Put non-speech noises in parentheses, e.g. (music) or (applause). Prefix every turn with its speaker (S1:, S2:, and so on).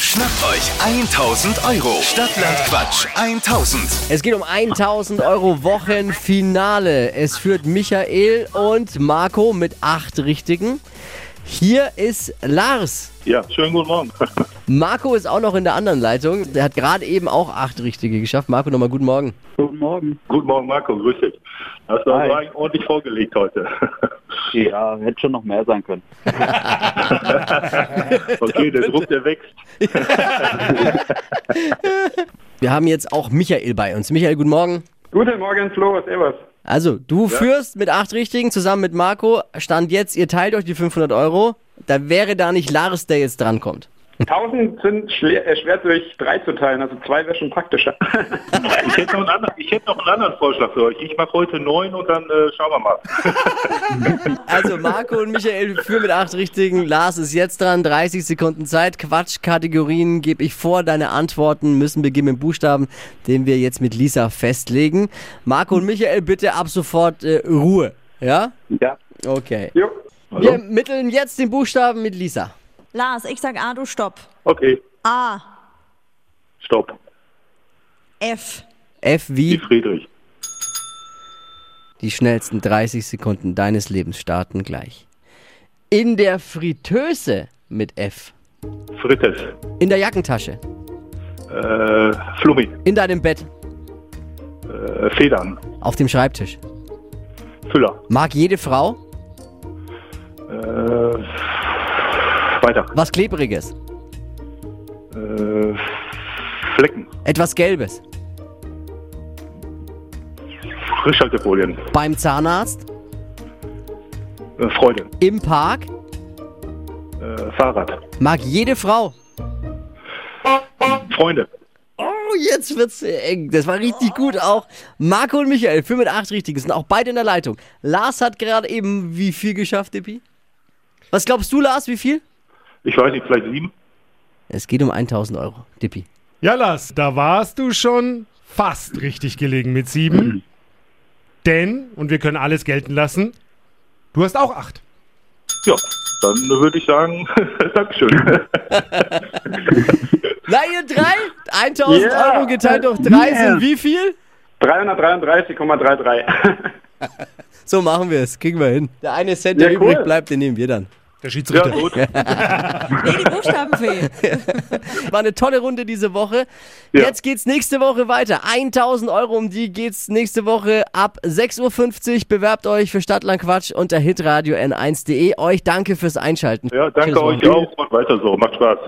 S1: Schnappt euch 1000 Euro. Stadtland Quatsch 1000.
S2: Es geht um 1000 Euro Wochenfinale. Es führt Michael und Marco mit acht Richtigen. Hier ist Lars.
S3: Ja, schönen guten Morgen.
S2: Marco ist auch noch in der anderen Leitung. Der hat gerade eben auch acht Richtige geschafft. Marco, nochmal guten Morgen.
S4: Guten Morgen.
S3: (laughs) guten Morgen, Marco, grüß dich. Hast du
S4: Hi.
S3: also eigentlich ordentlich vorgelegt (laughs) heute.
S4: Ja, hätte schon noch mehr sein können.
S3: Okay, der Druck, der wächst.
S2: Wir haben jetzt auch Michael bei uns. Michael, guten Morgen.
S5: Guten Morgen, Flo, was Evers.
S2: Also, du führst mit acht Richtigen zusammen mit Marco. Stand jetzt, ihr teilt euch die 500 Euro. Da wäre da nicht Lars, der jetzt drankommt.
S5: 1000 sind schle- äh, schwer durch drei zu teilen, also zwei wäre schon praktischer.
S3: Ich hätte, noch einen anderen, ich hätte noch einen anderen Vorschlag für euch. Ich mache heute neun und dann äh, schauen wir mal.
S2: Also Marco und Michael führen mit acht Richtigen. Lars ist jetzt dran. 30 Sekunden Zeit. Quatschkategorien gebe ich vor. Deine Antworten müssen beginnen mit Buchstaben, den wir jetzt mit Lisa festlegen. Marco und Michael, bitte ab sofort äh, Ruhe. Ja?
S4: Ja.
S2: Okay.
S5: jo.
S2: Wir mitteln jetzt den Buchstaben mit Lisa.
S6: Lars, ich sag A, du stopp.
S3: Okay,
S6: A,
S3: stopp.
S6: F.
S2: F
S3: Die
S2: wie
S3: Friedrich.
S2: die schnellsten 30 Sekunden deines Lebens starten gleich. In der Fritteuse mit F.
S3: Frittes.
S2: In der Jackentasche.
S3: Äh, Flummi.
S2: In deinem Bett.
S3: Äh, Federn.
S2: Auf dem Schreibtisch.
S3: Füller.
S2: Mag jede Frau
S3: Äh, weiter.
S2: was Klebriges.
S3: Äh, Flecken.
S2: Etwas Gelbes.
S3: Frischhaltefolien.
S2: Beim Zahnarzt.
S3: Äh, Freude.
S2: Im Park.
S3: Äh, Fahrrad.
S2: Mag jede Frau.
S3: Freunde.
S2: Oh, jetzt wird's eng. Das war richtig gut auch. Marco und Michael, 5 mit 8 Richtiges, sind auch beide in der Leitung. Lars hat gerade eben wie viel geschafft, Dippi? Was glaubst du, Lars, wie viel?
S3: Ich weiß nicht, vielleicht sieben?
S2: Es geht um 1000 Euro, Dippi.
S7: Ja, Lars, da warst du schon fast richtig gelegen mit sieben. Denn, und wir können alles gelten lassen, du hast auch acht.
S3: Ja, dann würde ich sagen, (laughs) Dankeschön.
S2: Na, ihr drei? 1000
S5: Yeah.
S2: Euro geteilt durch drei sind wie viel?
S5: 333,33.
S2: So machen wir es, kriegen wir hin. Der eine Cent, der
S5: Ja, cool.
S2: übrig bleibt, den nehmen wir dann.
S7: Der
S3: Ja,
S7: Schiedsrichter.
S3: gut.
S6: Nee, die Buchstaben fehlen.
S2: War eine tolle Runde diese Woche. Jetzt geht's nächste Woche weiter. 1000 Euro, um die geht's nächste Woche ab 6.50 Uhr. Bewerbt euch für Stadtlandquatsch unter hitradio n1.de. Euch danke fürs Einschalten.
S3: Ja, danke
S2: Schönes
S3: euch auch und weiter so. Macht Spaß.